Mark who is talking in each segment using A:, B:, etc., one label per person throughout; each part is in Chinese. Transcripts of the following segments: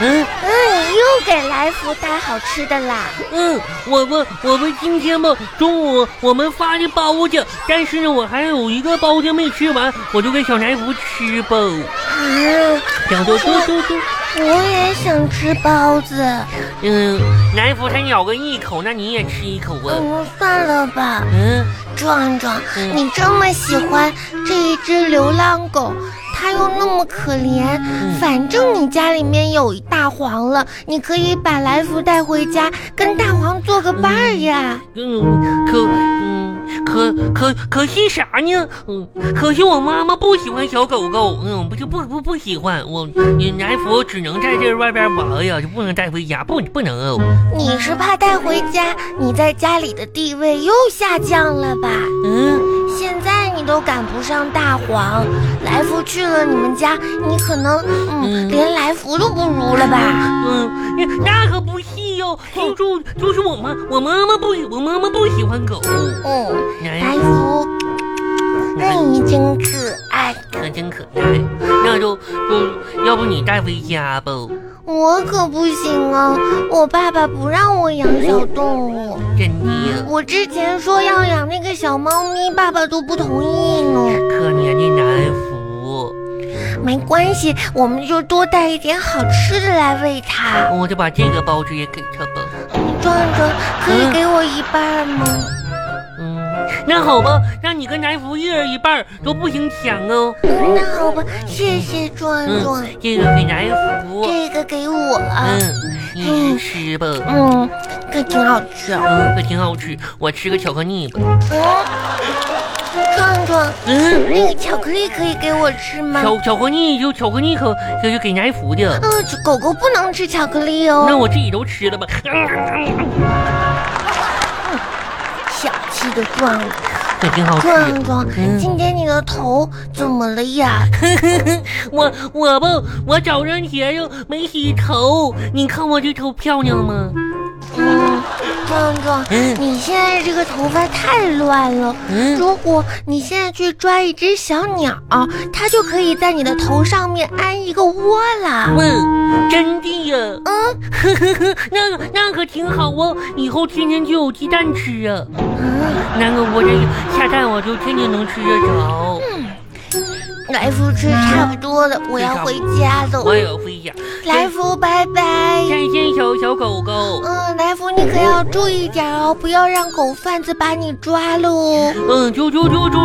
A: 嗯
B: 嗯，又给来福带好吃的啦。
A: 嗯，我们我们今天嘛，中午我们发的包子，但是呢，我还有一个包子没吃完，我就给小来福吃吧。
B: 嗯，
A: 想多多多多，
B: 我也想吃包子。
A: 嗯，来福才咬个一口，那你也吃一口啊。
B: 嗯，算了吧。
A: 嗯，
B: 壮壮，
A: 嗯
B: 你这么喜欢这一只流浪狗，它又那么可怜，反正你家里面有一大黄了，你可以把来福带回家，跟大黄做个伴儿呀。
A: 嗯，可嗯可可可惜啥呢？嗯，可惜我妈妈不喜欢小狗狗，嗯，不就不不不喜欢我，嗯来福只能在这外边玩呀，就不能带回家，不不能哦。
B: 你是怕带回家，你在家里的地位又下降了吧？
A: 嗯。
B: 现在你都赶不上大黄，来福去了你们家，你可能嗯
A: 嗯
B: 连来福都不如了吧？
A: 嗯，那那可不是哟，就就就是我妈，我妈妈不，我妈妈不喜欢狗。
B: 嗯，来
A: 哎，
B: 福，那
A: 那
B: 你真可爱。
A: 可真可爱。那就就要不你带回家吧？
B: 我可不行啊！我爸爸不让我养小动物，
A: 真的，
B: 我之前说要养那个小猫咪，爸爸都不同意呢。
A: 可怜的南福，
B: 没关系，我们就多带一点好吃的来喂它。
A: 我就把这个包子也给他吧。
B: 壮壮，可以
A: 嗯
B: 给我一半吗？
A: 嗯，那好吧，那你跟南福一人一半儿都不行抢哦。
B: 嗯那好吧，谢谢壮壮，
A: 嗯，这个给南福，
B: 这哦个给我。
A: 嗯，你吃吧。
B: 嗯，这挺好吃。
A: 嗯，可挺好吃，我吃个巧克力吧。
B: 嗯，壮壮，
A: 嗯。
B: 那个巧克力可以给我吃吗？
A: 巧巧克力就巧克力可可就给奶福的，
B: 嗯，狗狗不能吃巧克力哦。
A: 那我自己都吃了吧。
B: 小气的壮壮，
A: 这挺好吃。
B: 壮壮，
A: 嗯
B: 今天你的头怎么了呀？
A: 我我不我早上起来就没洗头，你看我这头漂亮吗？
B: 嗯，壮壮，
A: 嗯
B: 你现在这个头发太乱了。
A: 嗯，
B: 如果你现在去抓一只小鸟，它就可以在你的头上面安一个窝了。
A: 问真的呀？嗯， 那个那可挺好哦，以后天天就有鸡蛋吃啊。
B: 嗯，
A: 那个我这下蛋我就天天能吃得着。
B: 来福吃差不多了，我要回家
A: 我
B: 了。
A: 也会呀。
B: 来福，拜拜。
A: 再见，小小狗狗。
B: 嗯，来福，你可要注意点哦，不要让狗贩子把你抓了哦。
A: 嗯，就就就就就，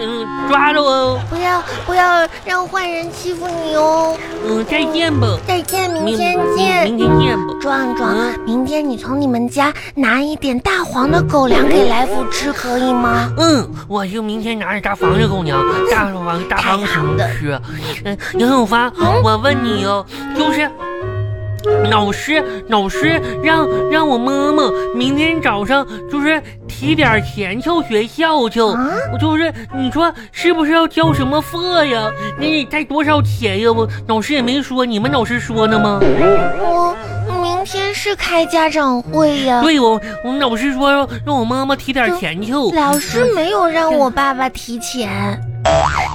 A: 嗯，抓着哦。
B: 不要不要让坏人欺负你哦！
A: 嗯，再见吧，
B: 再见，明天见。
A: 明天见吧。
B: 壮壮，
A: 嗯
B: 明天你从你们家拿一点大黄的狗粮给来福吃，可以吗？
A: 嗯，我就明天拿着大房子狗粮，大房大房子吃。嗯，杨永发，我问你哦，就是老师老师让让我妈妈明天早上就是提点钱去学校去，
B: 啊
A: 我就是你说是不是要交什么课呀？那得带多少钱呀？我老师也没说，你们老师说呢吗？
B: 我哦明天是开家长会呀，
A: 对我，我们老师说让我妈妈提点钱去，
B: 老师没有让我爸爸提钱。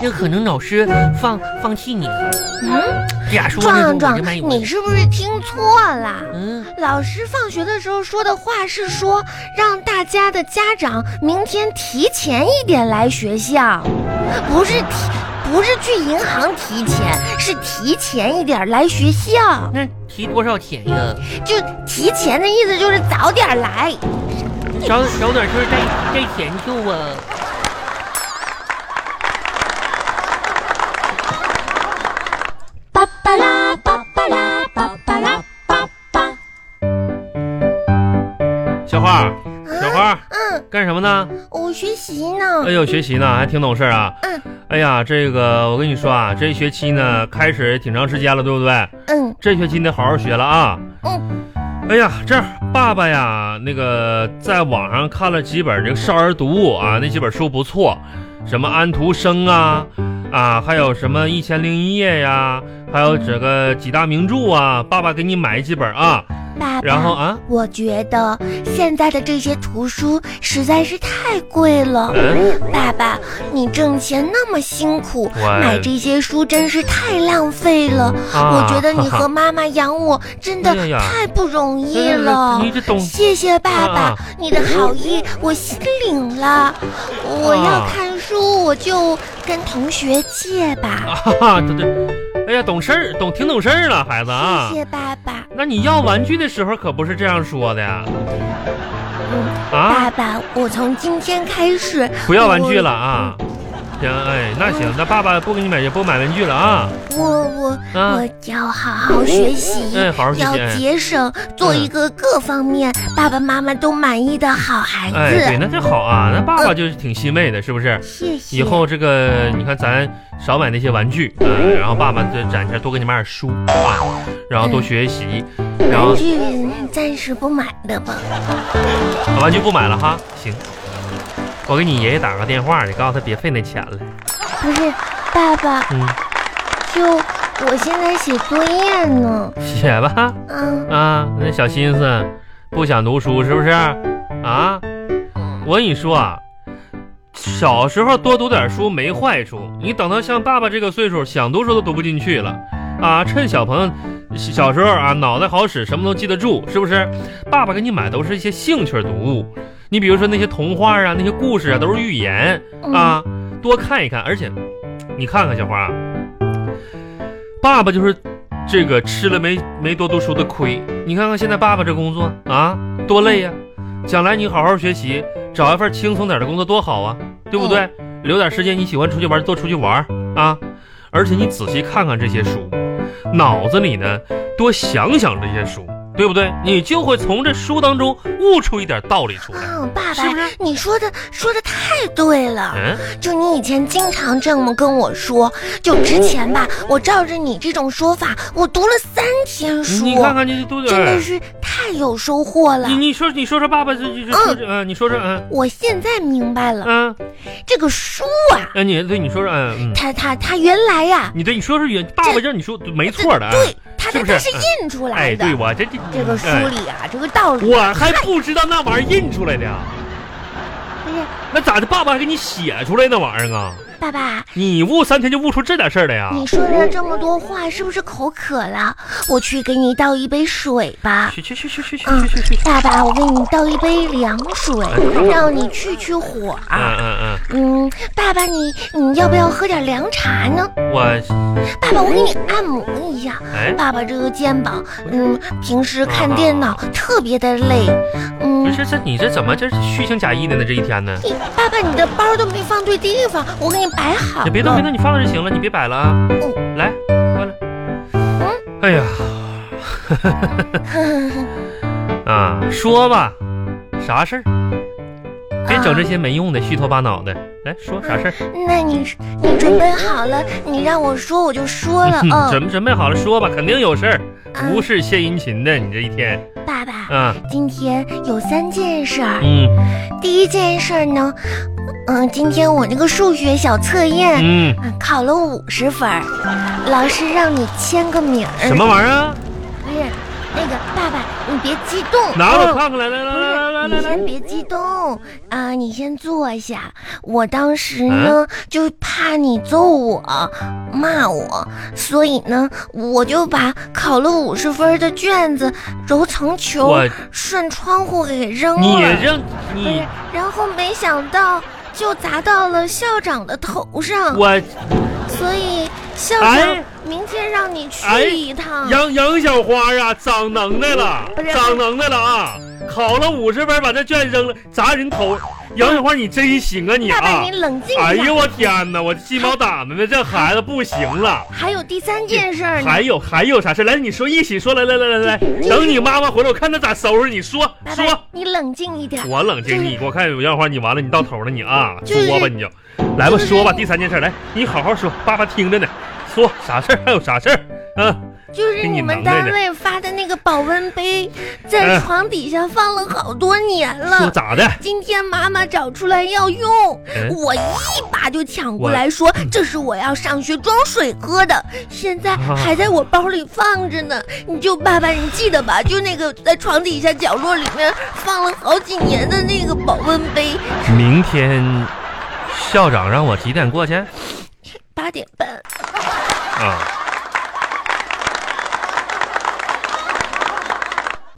A: 那可能老师放放弃你了。
B: 嗯，
A: 俩说呢，
B: 壮
A: 我
B: 壮
A: 就没，有。
B: 你是不是听错了？
A: 嗯，
B: 老师放学的时候说的话是说，让大家的家长明天提前一点来学校，不是提，不是去银行提钱，是提前一点来学校。
A: 那提多少钱呀？
B: 就提前的意思就是早点来。
A: 找找点事儿带带钱去啊。
C: 巴巴拉巴巴拉巴巴拉巴巴。
D: 小花儿，小花儿，
B: 嗯，
D: 干什么呢？
B: 我学习呢
D: 哎。呦，学习呢，还挺懂事儿啊。
B: 嗯。
D: 哎呀，这个我跟你说啊，这学期呢开始也挺长时间了，对不对？
B: 嗯
D: 这学期你得好好学了啊。
B: 嗯。
D: 哎呀，这样，爸爸呀，那个在网上看了几本这个少儿读物啊，那几本书不错，什么安徒生啊，啊，还有什么《一千零一夜》呀，还有这个几大名著啊，爸爸给你买几本啊。
B: 爸
D: 然后
B: 爸，
D: 啊，
B: 我觉得现在的这些图书实在是太贵了。
D: 嗯，
B: 爸爸，你挣钱那么辛苦，
D: 我
B: 买这些书真是太浪费了。
D: 啊
B: 我觉得你和
D: 哈哈
B: 妈妈养我真的
D: 哎呀呀
B: 太不容易
D: 对对对
B: 了。
D: 你这懂
B: 谢谢爸爸，
D: 啊
B: 你的好意我心领了。我要
D: 啊
B: 看书，我就跟同学借吧。
D: 啊，哈哈，对对，哎呀，懂事儿，懂挺懂事儿了，孩子啊
B: 谢。谢爸爸，
D: 那你要玩具的时候可不是这样说的呀，
B: 嗯，
D: 啊，
B: 爸爸，我从今天开始
D: 不要玩具了啊。行，哎，那
B: 嗯
D: 行，那爸爸不给你买，也不买玩具了啊。
B: 我我
D: 啊
B: 我要好好学习，
D: 哎好好学习
B: 要节省，做一个各方面爸爸妈妈都满意的好孩
D: 哎，
B: 子。
D: 对，那就好啊。那爸爸就是挺欣慰的，是不是？
B: 谢谢。
D: 以后这个，你看咱少买那些玩具，嗯、然后爸爸就攒钱多给你买点书啊，
B: 嗯
D: 然后多学习，然后
B: 玩具嗯暂时不买了吧。
D: 把玩具不买了哈，行。我给你爷爷打个电话，你告诉他别费那钱了。
B: 不是，爸爸，
D: 嗯，
B: 就我现在写作业呢。
D: 写吧
B: 嗯，
D: 啊，那小心思，不想读书是不是？啊，我跟你说啊，小时候多读点书没坏处，你等到像爸爸这个岁数，想读书都读不进去了啊。趁小朋友小时候啊，脑袋好使，什么都记得住，是不是？爸爸给你买都是一些兴趣读物，你比如说那些童话啊，那些故事啊，都是寓言
B: 嗯
D: 啊，多看一看。而且，你看看小花，啊爸爸就是这个吃了没没多读书的亏。你看看现在爸爸这工作啊，多累呀、将来你好好学习，找一份轻松点的工作多好啊，对不对？
B: 嗯
D: 留点时间，你喜欢出去玩多出去玩啊。而且你仔细看看这些书，脑子里呢多想想这些书，对不对？你就会从这书当中悟出一点道理出来，
B: 啊，爸爸
D: 是不是，
B: 你说的说的太对了。
D: 嗯。
B: 就你以前经常这么跟我说，就之前吧，我照着你这种说法，我读了三天书，啊
D: 你看看这都
B: 真的
D: 得，
B: 是太有收获了
D: 你。你说你说说爸爸这这这说这嗯，你说说嗯
B: 我现在明白了，
D: 嗯
B: 这个书啊，
D: 嗯，你对你说说嗯嗯，
B: 它它它原来呀、
D: 你对你说说原爸爸让你说没错的啊，
B: 对，它
D: 是
B: 它
D: 不是
B: 它是印出来
D: 哎，
B: 的。
D: 对我这这
B: 这个书
D: 哎
B: 里啊，这个道理
D: 我还不知道那玩意儿印出来的啊，
B: 不是
D: 那咋的？爸爸还给你写出来那玩意儿啊？
B: 哎爸爸，
D: 你悟三天就悟出这点事儿来呀？
B: 你说了这么多话，是不是口渴了？我去给你倒一杯水吧。
D: 去去去去去去
B: 嗯
D: 去去去！
B: 爸爸，我给你倒一杯凉水，让你去去火儿。
D: 嗯哎嗯
B: 嗯，爸爸你，你要不要喝点凉茶呢？
D: 嗯，我
B: 爸爸，我给你按摩一下。
D: 哎，
B: 爸爸这个肩膀，嗯，平时看电
D: 啊
B: 脑特别的累。
D: 不
B: 嗯，
D: 是这你这怎么这是虚情假意的呢？这一天呢？
B: 你嗯爸爸，你的包都没放对地方，我给你摆好了。
D: 你别动别动，你放着就行了，你别摆了啊！
B: 嗯
D: 来，过来。哎呀，
B: 嗯
D: 啊，说吧，啥事儿？别整这些没用的虚头巴脑的。来说啥事儿？
B: 那你你准备好了，你让我说我就说 了。哦，
D: 准准备好了说吧，肯定有事儿。
B: 嗯
D: 无事献殷勤的，你这一天
B: 爸爸，
D: 啊，
B: 今天有三件事儿。
D: 嗯
B: 第一件事儿呢，嗯，今天我那个数学小测验。
D: 嗯，
B: 嗯考了五十分儿，老师让你签个名儿。
D: 什么？玩意儿啊？
B: 不是，那个爸爸，你别激动。
D: 拿我
B: 嗯
D: 看看来，来来来来
B: 不是，你
D: 来来
B: 先
D: 来，
B: 别激动啊、你先坐下。我当时呢、就怕你揍我、骂我，所以呢，我就把考了五十分的卷子揉成球
D: 我，
B: 顺窗户给扔
D: 你
B: 了。
D: 扔
B: 不
D: 你
B: 是，然后没想到就砸到了校长的头上。
D: 我
B: 所以校长
D: 哎
B: 明天让你去
D: 哎
B: 一趟。
D: 杨杨小花啊，长能耐了
B: 不是，
D: 长能耐了啊！考了五十分，把这卷扔了，砸人头。杨小花，你真行啊你
B: 爸爸，
D: 啊
B: 你！冷静
D: 哎
B: 一下。
D: 呦我天哪，我鸡毛掸子呢，这孩子不行了。
B: 还有第三件事儿呢
D: 还，有还有啥事？来，你说一起说，来来来来 来，等你妈妈回来，我看她咋收拾你。说
B: 爸
D: 说
B: 爸，，你冷静一点。
D: 我冷静，你给我看，杨花，你完了，你到头了，你啊，
B: 就是
D: 说吧你就，来吧
B: 就是
D: 说吧，第三件事，来，你好好说，爸爸听着呢。说啥事儿？还有啥事儿？嗯，
B: 就是你们单位发的那个保温杯，在床底下放了好多年
D: 说
B: 了。
D: 咋的？
B: 今天妈妈找出来要用，
D: 嗯
B: 我一把就抢过来，说这是哎我要上学装水喝的，现在
D: 啊
B: 还在我包里放着呢。你就爸爸，你记得吧？就那个在床底下角落里面放了好几年的那个保温杯，
D: 明天校长让我几点过去？
B: 八点半。
D: 啊，